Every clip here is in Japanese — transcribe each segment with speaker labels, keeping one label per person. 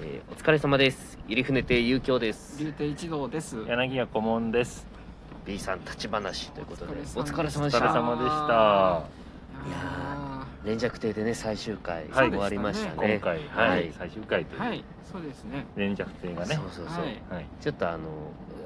Speaker 1: えーお疲れ様です入船亭遊興です
Speaker 2: 竜亭一同です。お
Speaker 3: 柳家顧問です。
Speaker 1: B さん立ち話ということでお
Speaker 2: お
Speaker 1: 疲
Speaker 2: 疲
Speaker 1: れ
Speaker 2: れ
Speaker 1: 様で
Speaker 2: 様で
Speaker 1: し
Speaker 2: した
Speaker 3: お疲れ
Speaker 1: た
Speaker 3: 様でした。
Speaker 1: いや連弱亭でね最終回
Speaker 3: はい
Speaker 1: 終わりました
Speaker 3: 今
Speaker 1: ね
Speaker 3: 回、
Speaker 1: はい
Speaker 3: はい、最終回と
Speaker 2: は
Speaker 3: いう
Speaker 2: い、そうですね。
Speaker 3: 連着性がね
Speaker 1: そ。うそうそう、
Speaker 2: はい
Speaker 3: はい。
Speaker 1: ちょっとあの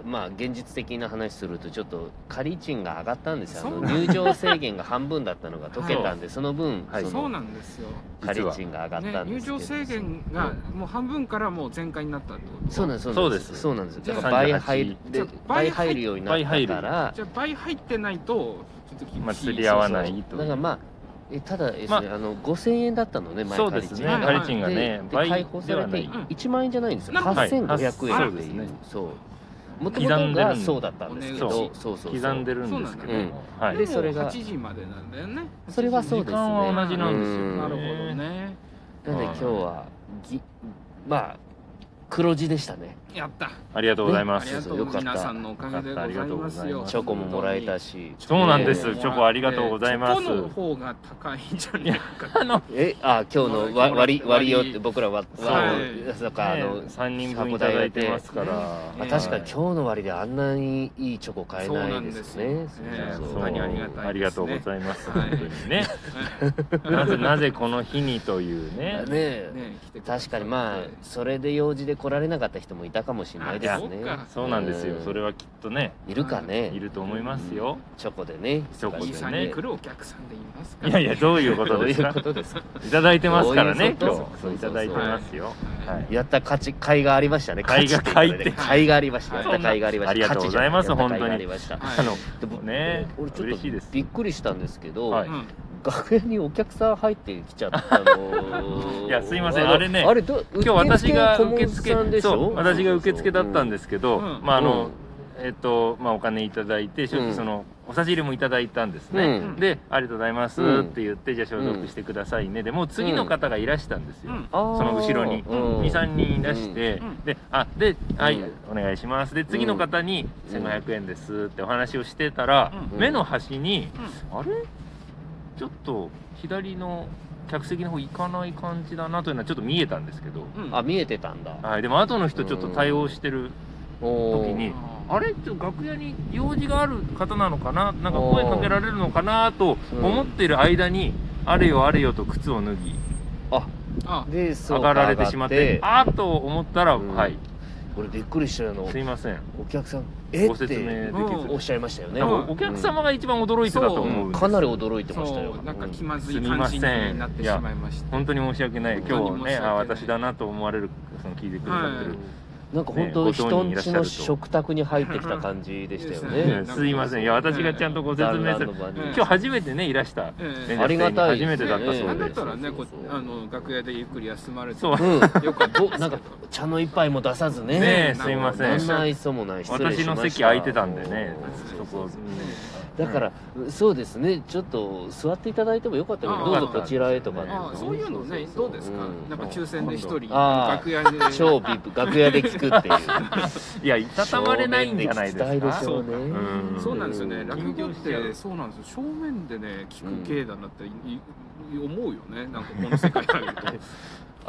Speaker 1: まあ現実的な話するとちょっと仮賃が上がったんですよあ
Speaker 2: そ
Speaker 1: の
Speaker 2: うなん
Speaker 1: 入場制限が半分だったのが解けたんでその分、
Speaker 3: はい
Speaker 1: そ
Speaker 2: そう
Speaker 1: の
Speaker 2: なんですよ。
Speaker 1: 仮賃が上がっ
Speaker 2: ね
Speaker 1: た、んで
Speaker 2: 入
Speaker 1: すけど、
Speaker 2: 場制限がもう半分からもう全開になったってこと。
Speaker 1: そうなんです
Speaker 3: そ
Speaker 1: そう
Speaker 3: う
Speaker 1: なん
Speaker 3: で
Speaker 1: ですすそうなんです
Speaker 2: じ
Speaker 1: だ
Speaker 2: ゃあ
Speaker 1: から倍入り
Speaker 2: じゃあ
Speaker 1: 倍
Speaker 2: 倍
Speaker 1: 入るようになっ
Speaker 3: 倍入
Speaker 1: た
Speaker 3: る
Speaker 1: から
Speaker 2: じゃあ倍入ってないとちょっと厳しい。
Speaker 3: まあ釣り合わない
Speaker 1: そ
Speaker 3: と
Speaker 1: うだからまあえただですね、
Speaker 3: ま
Speaker 1: あの5000円だったのね前
Speaker 3: そうで
Speaker 1: 仮
Speaker 3: す
Speaker 1: 賃
Speaker 3: ね。
Speaker 1: が
Speaker 2: はい
Speaker 3: 仮賃がね、
Speaker 1: で
Speaker 3: 倍
Speaker 1: 解放
Speaker 3: で
Speaker 1: され
Speaker 3: はな
Speaker 1: て
Speaker 3: い。
Speaker 2: い
Speaker 1: 1万円じゃないんですよ
Speaker 2: なるほど
Speaker 1: 8500円ってい
Speaker 3: は
Speaker 1: う
Speaker 3: い
Speaker 1: そうもともとがそうだったんですけど
Speaker 2: そう
Speaker 1: そうそうそう
Speaker 3: 刻んでるんですけども。は
Speaker 2: で
Speaker 1: で。
Speaker 3: い
Speaker 2: も
Speaker 1: それが
Speaker 2: 8時までなんだよね。
Speaker 1: それはそうですね
Speaker 3: 時間は同じなんですよ
Speaker 1: う
Speaker 3: ね。
Speaker 1: ん
Speaker 2: なるほどね。
Speaker 1: なので今日はぎまあ黒字でしたね
Speaker 2: やった。
Speaker 3: ありがとうござい
Speaker 2: あ
Speaker 3: ま
Speaker 2: り
Speaker 3: す
Speaker 2: が。と
Speaker 1: よ
Speaker 2: う
Speaker 1: かった
Speaker 2: 皆さんのおかげでございます
Speaker 3: あ
Speaker 2: よ。
Speaker 1: チョコももらえたし
Speaker 3: そうなんです
Speaker 1: えー
Speaker 3: チョコありがとうございます
Speaker 2: チョコの方が高いんじゃないかと。
Speaker 3: あの、
Speaker 1: えあ今日のわ割り割りよって僕ら割
Speaker 3: そう
Speaker 1: 割そうかあの
Speaker 3: ね三人分いただいてますから。
Speaker 1: まあ
Speaker 2: ね
Speaker 1: 確かに今日の割であんなにいいチョコ買えないですね
Speaker 2: そうな
Speaker 3: ね
Speaker 2: んです
Speaker 1: そ
Speaker 2: よ
Speaker 1: う
Speaker 2: ね
Speaker 1: そう
Speaker 2: 本当にありがたい
Speaker 3: ありがとうございます。
Speaker 2: はい
Speaker 3: 本当に ね。なぜなぜこの日にというね。
Speaker 1: ね
Speaker 2: ね来てくださって
Speaker 1: 確かにまあそれで用事で来られなかった人もいたかもしれないですね
Speaker 2: あそうか
Speaker 3: そうなんですよ。
Speaker 1: うん
Speaker 3: それはきっとね、
Speaker 1: いるかね
Speaker 3: いると思いますよ。
Speaker 1: チョコでね
Speaker 3: チョコで
Speaker 2: お
Speaker 3: ね
Speaker 2: じさんに来るお客さんでいますか
Speaker 3: い
Speaker 2: ら
Speaker 3: やいや、どういうこと
Speaker 1: どう
Speaker 3: で
Speaker 1: い
Speaker 3: す
Speaker 1: う
Speaker 3: か
Speaker 1: こ。とですか
Speaker 3: いただいてますからね、
Speaker 1: ど
Speaker 3: 今
Speaker 1: ういう
Speaker 3: 日
Speaker 1: こ。と
Speaker 3: そういただいてますよ。
Speaker 2: は
Speaker 3: はいい。
Speaker 1: やった価値買いがありましたね
Speaker 3: 買いが買いって
Speaker 1: 価値とうことで買いがありましたや
Speaker 2: はい
Speaker 1: った買いがありました
Speaker 3: ありがとうございます
Speaker 1: 価値じゃなやった買がありました
Speaker 2: 本
Speaker 3: あの、
Speaker 1: で僕
Speaker 3: ね
Speaker 1: 俺ちょ
Speaker 3: 嬉しい
Speaker 1: っ
Speaker 3: で
Speaker 1: と
Speaker 3: す
Speaker 1: びっくりしたんですけど、
Speaker 3: はい
Speaker 2: うん
Speaker 1: 楽屋にお客さん入ってきちゃったの
Speaker 3: いやすいません
Speaker 1: の
Speaker 3: あれね
Speaker 1: あれど
Speaker 3: 今日私が受
Speaker 1: 顧問さんで
Speaker 3: 付、
Speaker 1: しょ
Speaker 3: そう、私が受付だったんですけど、
Speaker 2: うん
Speaker 3: まああ
Speaker 1: う
Speaker 3: の
Speaker 1: ん、
Speaker 3: えっと、まあお金いただいて、
Speaker 1: うん
Speaker 3: その、お差し入れもいただいたんです
Speaker 1: う
Speaker 3: ね。
Speaker 1: ん
Speaker 3: で、ありがとうございます
Speaker 1: うん
Speaker 3: って言って、じゃあ消毒してくださいね。でもう次の方がいらしたんですよ。
Speaker 2: うん
Speaker 1: あー
Speaker 3: その後ろに
Speaker 1: うん
Speaker 3: 23人いらして、
Speaker 2: うん
Speaker 3: で「あで、はい
Speaker 1: うん
Speaker 3: お願いします」で次の方に「
Speaker 1: うん
Speaker 3: 1500円です」ってお話をしてたら、
Speaker 1: うん
Speaker 3: 目の端に「あれちょっと左の客席の方行かない感じだな」というのはちょっと見えたんですけど、
Speaker 2: うんうん
Speaker 1: あ見えてたんだ
Speaker 3: はい、でも後の人ちょっと対応してる、
Speaker 1: おー
Speaker 3: 時に
Speaker 2: あ
Speaker 3: あれちょっと楽屋に用事がある方なのかななんか声かけられるのかなと思ってる間に、あれよあれよと靴を脱ぎ
Speaker 2: あ
Speaker 1: でそう
Speaker 3: 上がられてしまってあーっと思ったら、
Speaker 1: うん
Speaker 3: はい
Speaker 1: 俺びっくりしたの
Speaker 3: すいません
Speaker 1: お客さんえ
Speaker 3: ご
Speaker 1: っ
Speaker 3: 説明
Speaker 1: て
Speaker 3: できず
Speaker 2: うん
Speaker 1: おっしゃいましたよね
Speaker 3: 多分お客様が一番驚いてたと思うんです
Speaker 1: かなり驚いてました
Speaker 2: そ
Speaker 1: よ
Speaker 2: うなんか気
Speaker 1: うん
Speaker 2: まずい感じになってしまいました
Speaker 3: 本当に申し訳ない
Speaker 2: 本当に
Speaker 3: 今日
Speaker 2: 申し
Speaker 3: ね
Speaker 2: 訳ない
Speaker 3: あ私だなと思われるその聞いてくださってる、
Speaker 2: は
Speaker 1: なんか本当
Speaker 3: ね
Speaker 1: 人
Speaker 3: ご当
Speaker 1: ん
Speaker 3: 人いらっ
Speaker 1: ち
Speaker 3: しゃる
Speaker 1: の
Speaker 3: と
Speaker 1: 食卓に入ってきた感じでしたよ
Speaker 2: い
Speaker 1: ね
Speaker 2: や
Speaker 3: ねすいませんいや私がちゃんとご説明す
Speaker 1: 団らん
Speaker 3: る
Speaker 1: の場に
Speaker 2: うん
Speaker 3: 今日初めてねいらした
Speaker 2: え
Speaker 3: 連
Speaker 2: え
Speaker 1: ありがたい
Speaker 3: 初めてだったそう
Speaker 1: ですね
Speaker 3: で
Speaker 2: なんだったら
Speaker 1: そ
Speaker 2: ね
Speaker 1: うそ
Speaker 2: こ
Speaker 1: うそう
Speaker 2: あの楽屋でゆっくり休まれて
Speaker 3: そう
Speaker 2: よ
Speaker 1: うん
Speaker 2: かったですけど
Speaker 1: なんか茶の一杯も出さずね
Speaker 3: ねえ
Speaker 2: ね
Speaker 3: すいませ
Speaker 1: なん
Speaker 3: ん
Speaker 1: の愛想もない失礼しまし
Speaker 3: 私
Speaker 1: た
Speaker 3: の席空いてたんでね
Speaker 2: そう
Speaker 3: そ
Speaker 2: そう
Speaker 3: こ
Speaker 2: そう
Speaker 1: だから、そうですねちょっと座っていただいてもよかったけど
Speaker 2: あ
Speaker 1: どうぞこちらへとかね
Speaker 2: あそういうのねどうですか
Speaker 1: ん
Speaker 2: なんか抽選で一人
Speaker 1: あー
Speaker 2: 楽屋で
Speaker 1: 超ビップ楽屋で聞くっていう
Speaker 3: いやいたたまれないんじゃないです
Speaker 1: 正面で聞きた
Speaker 3: か
Speaker 1: いでしょうね
Speaker 2: そう
Speaker 3: かうん
Speaker 2: そうなんですよね落語っ
Speaker 3: 緊張しちゃ
Speaker 2: て
Speaker 3: う
Speaker 2: そうなんですよ正面でね聞く系だなっていい思うよねなんかこの世界入ると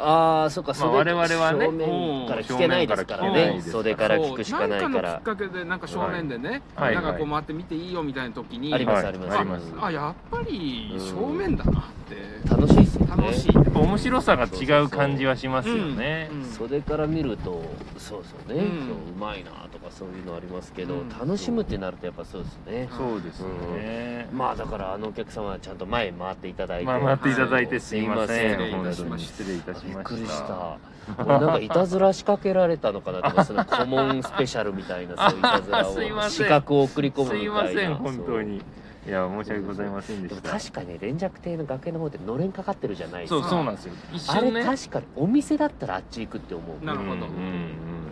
Speaker 1: ああそっか
Speaker 3: あ
Speaker 1: 袖、
Speaker 3: 我々はね
Speaker 1: 正面から聞けないですからね
Speaker 2: うん
Speaker 1: 袖から聞くしかないか
Speaker 2: そう
Speaker 1: ら
Speaker 2: んかのきっかけでなんか正面でね、
Speaker 3: はい
Speaker 2: なんかこ
Speaker 3: は
Speaker 2: う回って見ていいよみたいな時に、
Speaker 1: あります、
Speaker 3: はい
Speaker 1: あります
Speaker 3: あります
Speaker 2: あやっぱり正面だなって
Speaker 1: 楽しいですよね
Speaker 2: 楽しい、
Speaker 3: やっぱ面白さが違う感じはしますよね、
Speaker 2: うん
Speaker 1: 袖から見るとそうそうね、
Speaker 2: うん
Speaker 1: 今日うまいなとかそういうのありますけど、
Speaker 2: うん
Speaker 1: 楽しむってなるとやっぱそうですね、
Speaker 3: そうですね、
Speaker 1: まあだからあのお客様はちゃんと前に回っていただいて、
Speaker 3: まあ、待っていただいてすいません
Speaker 1: すいま
Speaker 3: 本
Speaker 1: せ
Speaker 3: 当
Speaker 1: ん
Speaker 3: に失礼いたし
Speaker 1: びっ
Speaker 3: ま
Speaker 1: く
Speaker 3: し
Speaker 1: りしたた俺なんかいたずら仕掛けられたのかなとかその顧問スペシャルみたいなそういういたずら
Speaker 3: すい
Speaker 1: を
Speaker 3: ません
Speaker 1: 資格を送り込むみ
Speaker 3: す
Speaker 1: たい
Speaker 3: い
Speaker 1: な
Speaker 3: ません本当
Speaker 1: そう
Speaker 3: にいや申し訳ございませんで
Speaker 1: で
Speaker 3: し
Speaker 1: も
Speaker 3: た
Speaker 1: 確かに連弱亭の崖の方ってのれんかかってるじゃないです
Speaker 3: そう
Speaker 1: か
Speaker 3: そうなんですよ一
Speaker 1: あれ
Speaker 3: 瞬ね
Speaker 1: 確かにお店だったらあっち行くって思う
Speaker 2: なるほど
Speaker 3: うんうんうん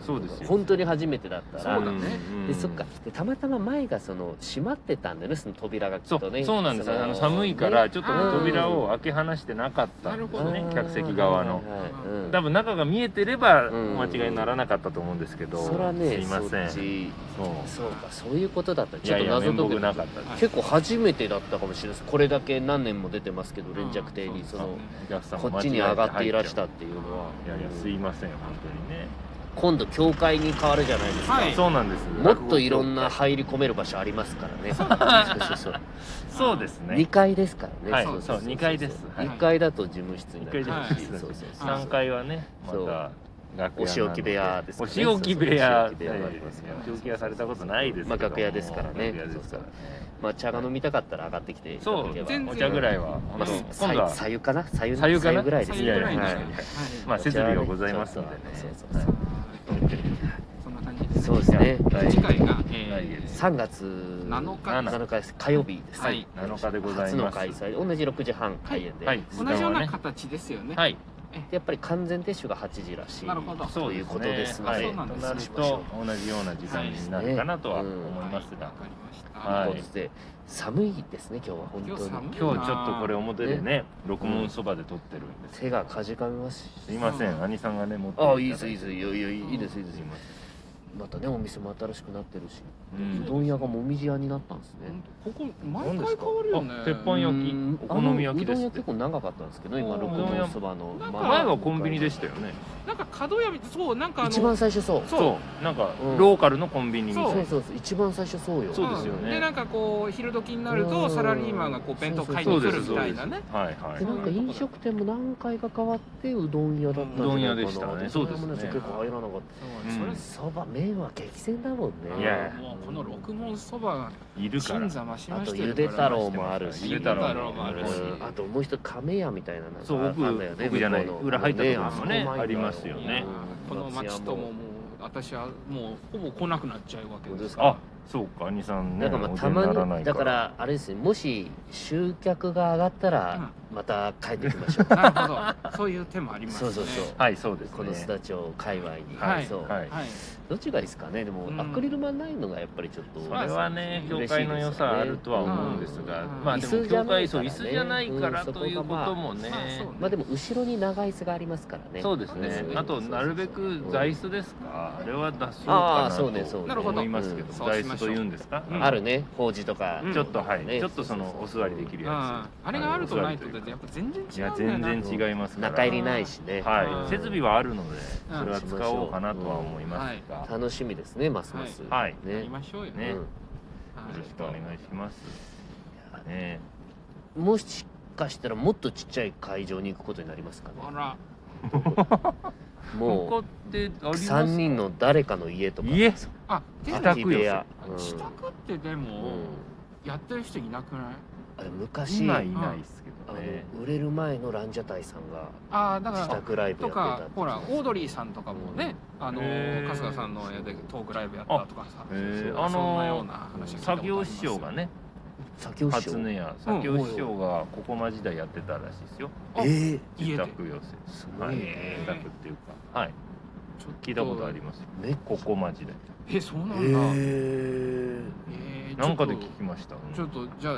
Speaker 3: そうですよ
Speaker 1: 本当に初めてだったら
Speaker 2: そうだね
Speaker 1: でそっかでたまたま前がその閉まってたんだよねその扉がき
Speaker 3: そ
Speaker 1: っとね
Speaker 3: うそうなんですよ
Speaker 1: の
Speaker 3: あの寒いからちょっとね
Speaker 2: あー
Speaker 3: 扉を開け放してなかったんです
Speaker 2: なるほど
Speaker 3: ね
Speaker 1: あー
Speaker 3: 客席側の
Speaker 1: はいはいはいうん
Speaker 3: 多分中が見えてれば
Speaker 1: うん
Speaker 3: お間違いにならなかったと思うんですけど、
Speaker 1: そら
Speaker 3: す
Speaker 1: ね
Speaker 3: いません
Speaker 1: そ
Speaker 3: そ
Speaker 1: っち
Speaker 3: う
Speaker 1: そうかそういうことだった
Speaker 3: い
Speaker 1: ちょっ
Speaker 3: や
Speaker 1: と
Speaker 3: いや
Speaker 1: 謎
Speaker 3: 面
Speaker 1: 解
Speaker 3: 目
Speaker 1: け
Speaker 3: な
Speaker 1: た
Speaker 3: かったです、
Speaker 2: はい
Speaker 1: 結構初めてだったかもしれないですこれだけ何年も出てますけど連着亭にその
Speaker 3: お客さん
Speaker 1: こっ
Speaker 3: も間違
Speaker 1: ち
Speaker 3: え
Speaker 1: に
Speaker 3: 入
Speaker 1: 上
Speaker 3: ち
Speaker 1: が
Speaker 3: ゃう
Speaker 1: っていらしたっていうのはい
Speaker 3: やいやすいません本当にね、
Speaker 1: 今度教会に変わるじゃないですか、
Speaker 2: はい
Speaker 3: そうなんです
Speaker 1: もっといろんな入り込める場所ありますから ねそうそうそう
Speaker 3: そうです
Speaker 1: 2
Speaker 3: ね
Speaker 1: 階ですからね、
Speaker 3: はい
Speaker 1: そうそう
Speaker 3: そう二階ですはい
Speaker 1: 1階だと事務室になるし、
Speaker 2: 一階
Speaker 3: です
Speaker 1: そうそうそう
Speaker 3: 3階はねま
Speaker 1: そう
Speaker 3: た楽
Speaker 1: お仕置き部屋です
Speaker 3: お
Speaker 1: からね
Speaker 3: 仕置き部屋
Speaker 1: そうそうお仕置き部屋がありますから
Speaker 3: お仕置きはされたことないですけど
Speaker 1: まあ楽屋ですからね
Speaker 3: 楽屋ですからね
Speaker 1: まあ茶が飲みたかったら上がってきていた
Speaker 3: そ
Speaker 1: だけ
Speaker 3: う
Speaker 1: れば
Speaker 2: 全然
Speaker 3: お茶ぐらいは
Speaker 1: まあ、
Speaker 3: 本当
Speaker 1: さ
Speaker 3: 今度は
Speaker 1: さゆかなさゆ
Speaker 3: さゆかな
Speaker 1: ぐらいです
Speaker 3: さゆぐらい
Speaker 1: は
Speaker 3: です
Speaker 1: い
Speaker 3: ねまあ設備がございますのでね
Speaker 1: そうそう
Speaker 3: はい
Speaker 2: そんな感じです
Speaker 1: そうですね
Speaker 3: はい
Speaker 2: 次回が、
Speaker 3: 来
Speaker 2: え
Speaker 3: 月
Speaker 2: ー、
Speaker 1: 3月
Speaker 2: 7日
Speaker 3: 七
Speaker 1: 7日です火曜日です、
Speaker 2: はい
Speaker 3: 7日でございます
Speaker 1: 初の開催同じ6時半開演で、
Speaker 3: はい
Speaker 2: 同じような形ですよね。。
Speaker 3: はいい
Speaker 1: でやっぱり完全撤収が8時らしい
Speaker 2: なるほど
Speaker 1: ということですの
Speaker 3: は
Speaker 1: で、
Speaker 3: い、
Speaker 2: そ
Speaker 3: と
Speaker 2: うなんです
Speaker 3: なると同じような時間になるかなとは
Speaker 1: はい
Speaker 3: 思いますが
Speaker 2: わ、かりました。
Speaker 3: はい
Speaker 1: ということで寒いですね今日は本
Speaker 2: 今日
Speaker 1: 当
Speaker 2: 寒
Speaker 1: に
Speaker 2: い
Speaker 3: 今日ちょっとこれ表でね録音そばで撮ってるんです
Speaker 1: 手がかじかみますし
Speaker 3: すいません兄さんがね持って
Speaker 1: ああいいですいい
Speaker 3: い
Speaker 1: ですいいよいいよいいですいいです
Speaker 3: いませ
Speaker 1: またねお店も新しくなってるし、
Speaker 3: んうん
Speaker 1: うどん屋がもみじ屋になったんですね、
Speaker 2: ここ毎回変わるよね
Speaker 3: あ。鉄板焼き
Speaker 1: うん
Speaker 3: お好み焼きです
Speaker 1: あのうどん屋結構長かったんですけど今
Speaker 2: おー
Speaker 1: 六本そばの
Speaker 2: うどん屋
Speaker 1: まあ
Speaker 3: 前はコンビニでしたよね
Speaker 2: なんか角屋みたいそうなんかあの
Speaker 1: 一番最初そう
Speaker 2: そ
Speaker 3: そうなんか
Speaker 1: うん
Speaker 3: ローカルのコンビニみたい
Speaker 1: そ
Speaker 3: な
Speaker 1: うそうそう一番最初そうよ
Speaker 3: そうですよ
Speaker 2: ん
Speaker 3: ね
Speaker 2: でなんかこう昼時になる
Speaker 1: う
Speaker 2: と
Speaker 1: ん
Speaker 2: サラリーマンがこう弁当買い
Speaker 3: そ
Speaker 2: に
Speaker 3: う
Speaker 2: 来
Speaker 3: で
Speaker 2: る
Speaker 3: す
Speaker 2: み
Speaker 3: そう
Speaker 2: た
Speaker 3: で
Speaker 2: い
Speaker 3: す
Speaker 2: なね。
Speaker 3: はいは
Speaker 1: で
Speaker 3: い
Speaker 1: なんか飲食店も何回か変わってうどん屋だったんじゃないかな
Speaker 3: うどん屋でしたね
Speaker 1: そうです
Speaker 3: そうですね
Speaker 1: 結構入らなかっ
Speaker 3: うん
Speaker 2: それ
Speaker 1: たそば麺は激戦だもんね
Speaker 3: いや
Speaker 2: もうこの六門そばが
Speaker 3: いるから
Speaker 2: 金座増し
Speaker 1: あ
Speaker 2: ま
Speaker 1: と
Speaker 2: して
Speaker 1: ゆ
Speaker 2: る
Speaker 1: で
Speaker 2: か
Speaker 1: 太
Speaker 2: ら
Speaker 1: 郎もあるし
Speaker 3: ゆで太
Speaker 2: 郎もあるし
Speaker 1: うんあともう一つ亀屋みたいななんか
Speaker 3: そう奥
Speaker 1: あんだよね
Speaker 3: 奥じゃない
Speaker 1: 向こうの
Speaker 3: 裏入ったところもね
Speaker 1: あそこ前だ
Speaker 3: ありますよ
Speaker 2: い
Speaker 3: ね
Speaker 2: や
Speaker 1: うん
Speaker 2: ーこの町とももう私はもうほぼ来なくなっちゃうわけ
Speaker 1: 本当
Speaker 2: で
Speaker 1: ですす。
Speaker 3: あそうか兄さんね
Speaker 1: だからまあた
Speaker 3: お出になら
Speaker 1: ま
Speaker 3: ない
Speaker 1: にだからあれですねもし集客が上がったらまた帰ってきま しょう
Speaker 2: なるほど。そういう手もあります
Speaker 1: そ
Speaker 2: ね。
Speaker 1: うそうそう
Speaker 3: はいそうですね
Speaker 1: この須田町界隈に
Speaker 2: はい
Speaker 1: そう
Speaker 3: はい
Speaker 2: はい。
Speaker 1: どっちがいいですかねでも
Speaker 2: うん
Speaker 1: アクリル板ないのがやっぱりちょっと
Speaker 3: それはね教会の良さあるとは思うんですが、
Speaker 2: うん
Speaker 3: まあで
Speaker 1: 椅
Speaker 3: も
Speaker 1: 子じゃ
Speaker 3: 教
Speaker 1: ない
Speaker 3: 会
Speaker 1: からね
Speaker 3: そう椅子じゃないから
Speaker 1: うん
Speaker 3: ということもね、
Speaker 2: まあそう
Speaker 1: まあでも後ろに長椅子がありますからね
Speaker 3: そうですね
Speaker 2: う。ん
Speaker 3: あとなるべく座椅子ですか。あれは出そう
Speaker 1: あ
Speaker 3: か
Speaker 1: あ
Speaker 3: な
Speaker 1: そうねそう
Speaker 3: と
Speaker 1: ね
Speaker 2: なるほど
Speaker 3: 思いますけど、
Speaker 1: うん
Speaker 3: 座椅子と言うんですか。
Speaker 2: うん
Speaker 1: あるね法事とか
Speaker 2: うん
Speaker 3: ちょっとはい、
Speaker 1: ね
Speaker 3: ちょっとそのお座りできる
Speaker 2: あ
Speaker 3: や
Speaker 2: あれがあるとないとでやっぱ全然違うん
Speaker 3: つ。
Speaker 2: だ
Speaker 3: い
Speaker 2: よ
Speaker 3: や
Speaker 2: な。
Speaker 3: 全然違いますから。
Speaker 1: 中入りないしね
Speaker 3: はい。設備はあるので、
Speaker 2: うん
Speaker 3: それは使おうかなとは思いますが、よ
Speaker 1: 楽しみですねますます
Speaker 3: はいはい
Speaker 2: や
Speaker 1: ね
Speaker 2: りましょうよ
Speaker 1: う
Speaker 2: ね。
Speaker 1: ん
Speaker 3: ね
Speaker 2: は
Speaker 3: ろしくお願いします。ね、
Speaker 1: もしかしたらもっとちっちゃい会場に行くことになりますかね
Speaker 2: あら。
Speaker 1: も
Speaker 3: 他ってあり
Speaker 1: う
Speaker 3: ますか。
Speaker 1: 3人の誰かの家とか
Speaker 3: 家
Speaker 2: あ、でも
Speaker 1: 空き部屋
Speaker 2: 自宅ってで
Speaker 1: う
Speaker 2: も
Speaker 1: ん
Speaker 2: やってる人いなくない？
Speaker 1: あれ昔
Speaker 3: 今い
Speaker 1: あ
Speaker 3: ないですけど
Speaker 1: の
Speaker 3: ね。
Speaker 1: 売れる前のランジャタイさんが
Speaker 2: ああだ
Speaker 1: 自
Speaker 2: から。
Speaker 1: 宅ライブや
Speaker 2: と
Speaker 1: ってた
Speaker 2: かほらオードリーさんとかもね、あの
Speaker 3: へー
Speaker 2: 春日さんの親でトークライブやったとかさ
Speaker 3: へー
Speaker 2: そうそう
Speaker 3: あのー
Speaker 2: そんなような話を聞いたことあ
Speaker 3: 作
Speaker 2: りま
Speaker 3: 業
Speaker 2: す
Speaker 3: 師匠がね、
Speaker 1: 先押し
Speaker 3: 初音や作業師匠がここま時代やってたらしいですよ。
Speaker 2: あ
Speaker 1: ええ
Speaker 2: 家
Speaker 3: 自
Speaker 2: で
Speaker 3: 宅寄せ。
Speaker 1: すご
Speaker 3: はいい、
Speaker 1: ね
Speaker 2: へー
Speaker 3: 自宅っていうか、はい、
Speaker 2: ちょっ
Speaker 3: 聞いたことあります。
Speaker 1: めっ
Speaker 3: ここま時代。
Speaker 2: えそうな
Speaker 1: え
Speaker 2: んだ、
Speaker 1: ー
Speaker 2: えー
Speaker 3: なんかで聞
Speaker 2: ちょっ
Speaker 3: きました。
Speaker 2: とちょっ
Speaker 3: と
Speaker 2: とじゃあ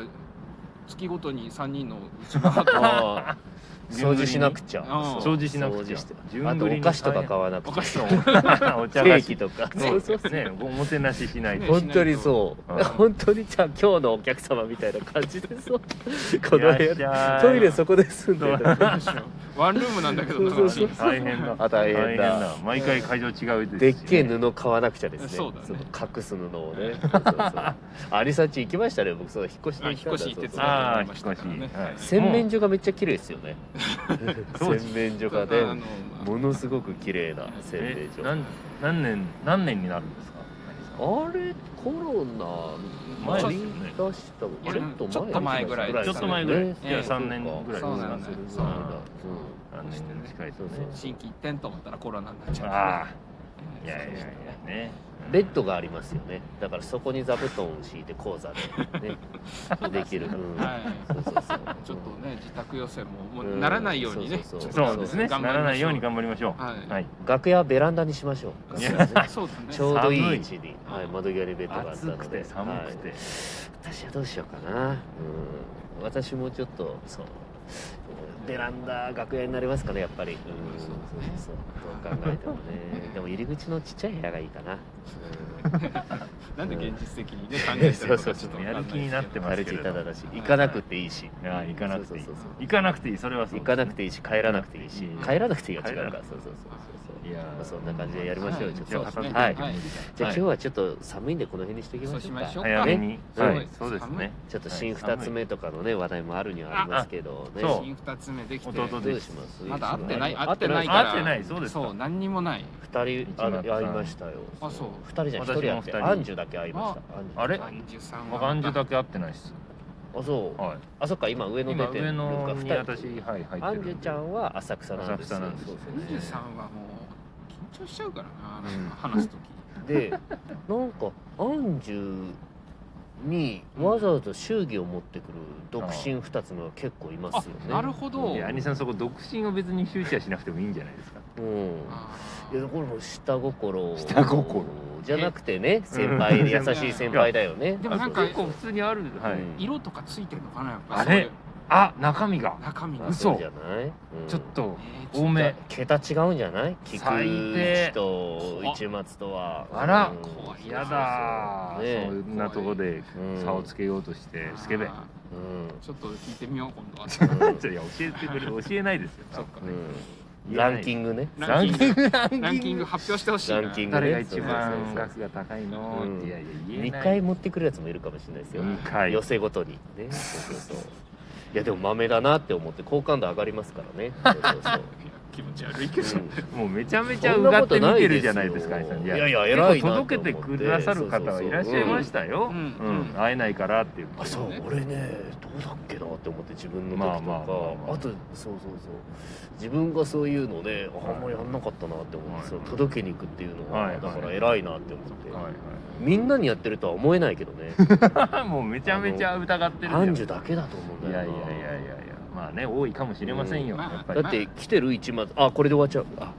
Speaker 2: 月ごとに3人のうち
Speaker 1: あー 掃除しなくちゃ
Speaker 2: あー
Speaker 3: 掃除しなく
Speaker 1: 掃
Speaker 3: ち
Speaker 1: 除
Speaker 3: ゃ
Speaker 1: して。
Speaker 3: 順
Speaker 1: あと
Speaker 3: 繰り
Speaker 1: お
Speaker 3: に
Speaker 1: 菓子とか買
Speaker 3: 大
Speaker 1: わなく
Speaker 2: お
Speaker 1: ちゃ
Speaker 2: かしい
Speaker 3: 変 お
Speaker 1: ケ
Speaker 3: 茶菓
Speaker 1: ーキ と
Speaker 3: 子。
Speaker 1: か
Speaker 3: そうですね。おもてなししない
Speaker 2: ね
Speaker 3: と。
Speaker 1: 本当にそううん本当にじゃあ今日のお客様みたいな感じでそうこ
Speaker 3: いら
Speaker 1: の
Speaker 3: っ
Speaker 1: 部
Speaker 3: し
Speaker 1: 屋
Speaker 3: ゃい
Speaker 1: トイレそこで住んでた
Speaker 2: どうしようワンルームなんだけどな
Speaker 1: そうそうそう
Speaker 3: 大変だ。
Speaker 1: あ大変だ
Speaker 3: 毎回会場違う
Speaker 1: で
Speaker 3: で
Speaker 1: っ
Speaker 3: すよね。
Speaker 1: けえ布買わなくちゃですね
Speaker 2: そうだね
Speaker 1: の隠す布をねそうそうそうありさち行きましたね僕そう引っ越し
Speaker 2: あ
Speaker 1: に
Speaker 2: 引っ
Speaker 1: 行ったんだ
Speaker 2: 越し行っ
Speaker 1: そう
Speaker 2: て
Speaker 1: そう
Speaker 2: た
Speaker 3: あ
Speaker 2: りましたからね
Speaker 3: 引っ越しはい
Speaker 1: 洗面所がめっちゃ綺麗ですよね
Speaker 3: そう
Speaker 1: 洗面所が
Speaker 2: あの
Speaker 1: ねものすごく綺麗な洗
Speaker 3: え
Speaker 1: 面所
Speaker 3: なん何年何年になるんですか。
Speaker 1: あれコロナ
Speaker 3: 前
Speaker 1: 前
Speaker 3: ですよ
Speaker 1: に
Speaker 3: ね
Speaker 1: 出したのあれ
Speaker 2: うん
Speaker 1: と
Speaker 2: ちょっと前ぐらい
Speaker 3: ちょっと前ぐらい
Speaker 1: ね
Speaker 2: いや
Speaker 3: 三年ぐらい
Speaker 1: そうか
Speaker 2: そうなんだよ
Speaker 1: そうなんだ
Speaker 3: 何年近いですね。
Speaker 2: 新規一点と思ったらコロナになっちゃった
Speaker 3: ああ。
Speaker 2: えー
Speaker 3: いやいやいやね。
Speaker 1: ベッドがありますよねだからそこに座布団を敷いて講座でね できる、うん
Speaker 2: はい
Speaker 1: そうそうそう
Speaker 2: ちょっとね自宅予選もも
Speaker 1: う
Speaker 2: うんならないようにね
Speaker 1: そうそうそう
Speaker 3: そうですねな
Speaker 2: 頑張りましょ
Speaker 3: らないように頑張りましょう
Speaker 2: はい、
Speaker 3: はい
Speaker 1: 楽屋はベランダにしましょう
Speaker 2: そう
Speaker 3: いや
Speaker 2: ですねそうですね
Speaker 1: ちょうどいい
Speaker 3: 寒い
Speaker 1: 位置に、はい、窓際にベッドがあった
Speaker 3: 暑
Speaker 1: ので
Speaker 3: くて寒くて、
Speaker 1: はい私はどうしようかなうん私もちょっとそうベランダ楽屋になりますかねやっぱりうん
Speaker 2: そうです
Speaker 1: そうそうどう考えてもねでも入り口のちっちゃい部屋がいいかな、
Speaker 2: なんで現実的にね考えてるのかちょっと
Speaker 3: やる気になって
Speaker 1: うん、
Speaker 3: ま
Speaker 1: マ
Speaker 3: す
Speaker 1: ル
Speaker 3: け
Speaker 1: チ
Speaker 3: れど
Speaker 1: タダだし行かなくていいし、
Speaker 3: いや行かなくていい
Speaker 1: そうそうそう
Speaker 3: 行かなくていいそれはそ
Speaker 1: そうう行かなくていいし帰らなくていいし、
Speaker 3: うん
Speaker 1: 帰らなくていいが違
Speaker 3: 帰ら
Speaker 1: う
Speaker 3: な
Speaker 1: か
Speaker 3: く
Speaker 1: そうそうそうそうそう
Speaker 3: いやー
Speaker 1: まあそんな感じでやりましょうよちょっと、
Speaker 2: はいそうですね
Speaker 1: はい、
Speaker 2: はい
Speaker 1: じゃあ今
Speaker 3: はい
Speaker 1: 日はちょっと寒いんでこの辺にしておきましょうか
Speaker 2: そうしましょう
Speaker 3: 早めに
Speaker 1: そう
Speaker 3: はいそうです
Speaker 2: 寒い
Speaker 3: ね
Speaker 1: ちょっと新2つ目とかのね話題もあるにはありますけどね
Speaker 3: あそう
Speaker 2: 新二つ目できて
Speaker 1: ど
Speaker 3: 弟
Speaker 1: う
Speaker 3: で
Speaker 1: し
Speaker 3: す
Speaker 1: ます
Speaker 2: まだ会ってない
Speaker 1: あ
Speaker 2: 会ってな
Speaker 1: 会
Speaker 2: いか
Speaker 1: っ
Speaker 2: ら
Speaker 1: て
Speaker 3: 会ってないそうですか
Speaker 2: そう何にもない
Speaker 1: 2人あの
Speaker 3: 一番
Speaker 1: 会いましたよ
Speaker 2: あそう
Speaker 1: 2人じゃない1人やって
Speaker 3: 私も二人
Speaker 1: アンジュだけ会いましたアンジュ
Speaker 3: あれ
Speaker 2: 33
Speaker 3: 僕アンジュだ
Speaker 2: け
Speaker 3: け会ってないっす
Speaker 1: あそう
Speaker 3: はい
Speaker 1: あそっか今上野出
Speaker 3: 今
Speaker 1: てる
Speaker 3: 上
Speaker 1: か
Speaker 3: のに
Speaker 1: 2
Speaker 3: 私
Speaker 1: 人
Speaker 3: はい入ってる
Speaker 1: アンジュちゃんは浅草なんですよ
Speaker 3: 浅草なんですよ
Speaker 1: そうそう
Speaker 2: 23はもう緊張しちゃうからな
Speaker 1: うん
Speaker 2: 話す時
Speaker 1: でなんかアンジュにわざわざ祝儀を持ってくる独身2つのが結構いますよね
Speaker 2: あなるほど
Speaker 3: いや兄さんそこ独身を別にフューチャーしなくてもいいんじゃないですか
Speaker 1: うん
Speaker 2: あ
Speaker 1: いやだからもう下心を
Speaker 3: 下心
Speaker 1: じゃなくてね先輩
Speaker 3: うん
Speaker 1: 優しい先輩だよね
Speaker 2: でもなんか
Speaker 1: あ
Speaker 3: 結構普通にある
Speaker 1: そう
Speaker 3: はい
Speaker 1: うん
Speaker 2: 色とかついてんのかなやっぱ
Speaker 3: あれ
Speaker 2: そういう
Speaker 3: あ中身が
Speaker 2: 中身
Speaker 1: ま
Speaker 2: の
Speaker 1: あ
Speaker 3: 嘘
Speaker 1: そうじゃない、うん
Speaker 3: ちょっと
Speaker 2: えー
Speaker 3: 多め
Speaker 1: 桁違うんじゃない菊
Speaker 3: 最低
Speaker 1: 池と市松とは
Speaker 3: あら
Speaker 1: うん
Speaker 2: 怖い
Speaker 3: や
Speaker 1: そうそう
Speaker 3: だー
Speaker 1: ね
Speaker 3: そんなとこで
Speaker 1: うん
Speaker 3: 差をつけようとしてスケベ
Speaker 2: あ
Speaker 1: うん
Speaker 2: ーちょっと聞いてみよう今度は
Speaker 1: う
Speaker 2: そ
Speaker 1: ん
Speaker 3: いや教えてくれ教えないですよ
Speaker 2: っか
Speaker 1: うんランキングね
Speaker 3: ランキング
Speaker 2: ランキング発表してほしいな
Speaker 1: ランキング
Speaker 3: 誰が一
Speaker 1: そうそうそ
Speaker 3: 番
Speaker 1: う
Speaker 3: 額が高いの
Speaker 1: うん
Speaker 3: いやいや言え
Speaker 1: 2
Speaker 3: ない
Speaker 1: 回持ってくるやつもいるかもしれないですよ
Speaker 3: 二回
Speaker 1: 寄せごとに ねそうそうそういやでもマメだなって思って好感度上がりますから ねそうそう
Speaker 2: いや気持ち悪いけど
Speaker 1: そう、うん
Speaker 3: もうめちゃめちゃうがって見てるじゃないですか兄さん
Speaker 1: いやいや偉い
Speaker 3: 結構
Speaker 1: なと思って
Speaker 3: 届けてくださる方はいらっしゃいましたよ
Speaker 2: うん
Speaker 3: うん会えないからっていう
Speaker 1: あそう
Speaker 2: ね
Speaker 1: 俺ねどうだっけなって思って自分の時とか、
Speaker 3: まあまあまあまあ
Speaker 1: あとそうそうそう自分がそういうのでああんまりやんなかったなって思って、
Speaker 3: はい
Speaker 1: そう届けに行くっていうのは、
Speaker 3: はい
Speaker 1: だから偉いなって思って、
Speaker 3: はい
Speaker 1: みんなにやってるとは思えないけどね
Speaker 3: はい もうめちゃめちゃ疑ってるじゃん
Speaker 1: アンジュだけだと思うん
Speaker 3: い
Speaker 1: だ
Speaker 3: や
Speaker 1: よ
Speaker 3: いや
Speaker 1: ない
Speaker 3: やいやいやまあね多いかもしれませんよ
Speaker 2: うん
Speaker 3: やっぱ
Speaker 1: だ
Speaker 3: り
Speaker 1: って来てる一まあこれで終わっちゃうあ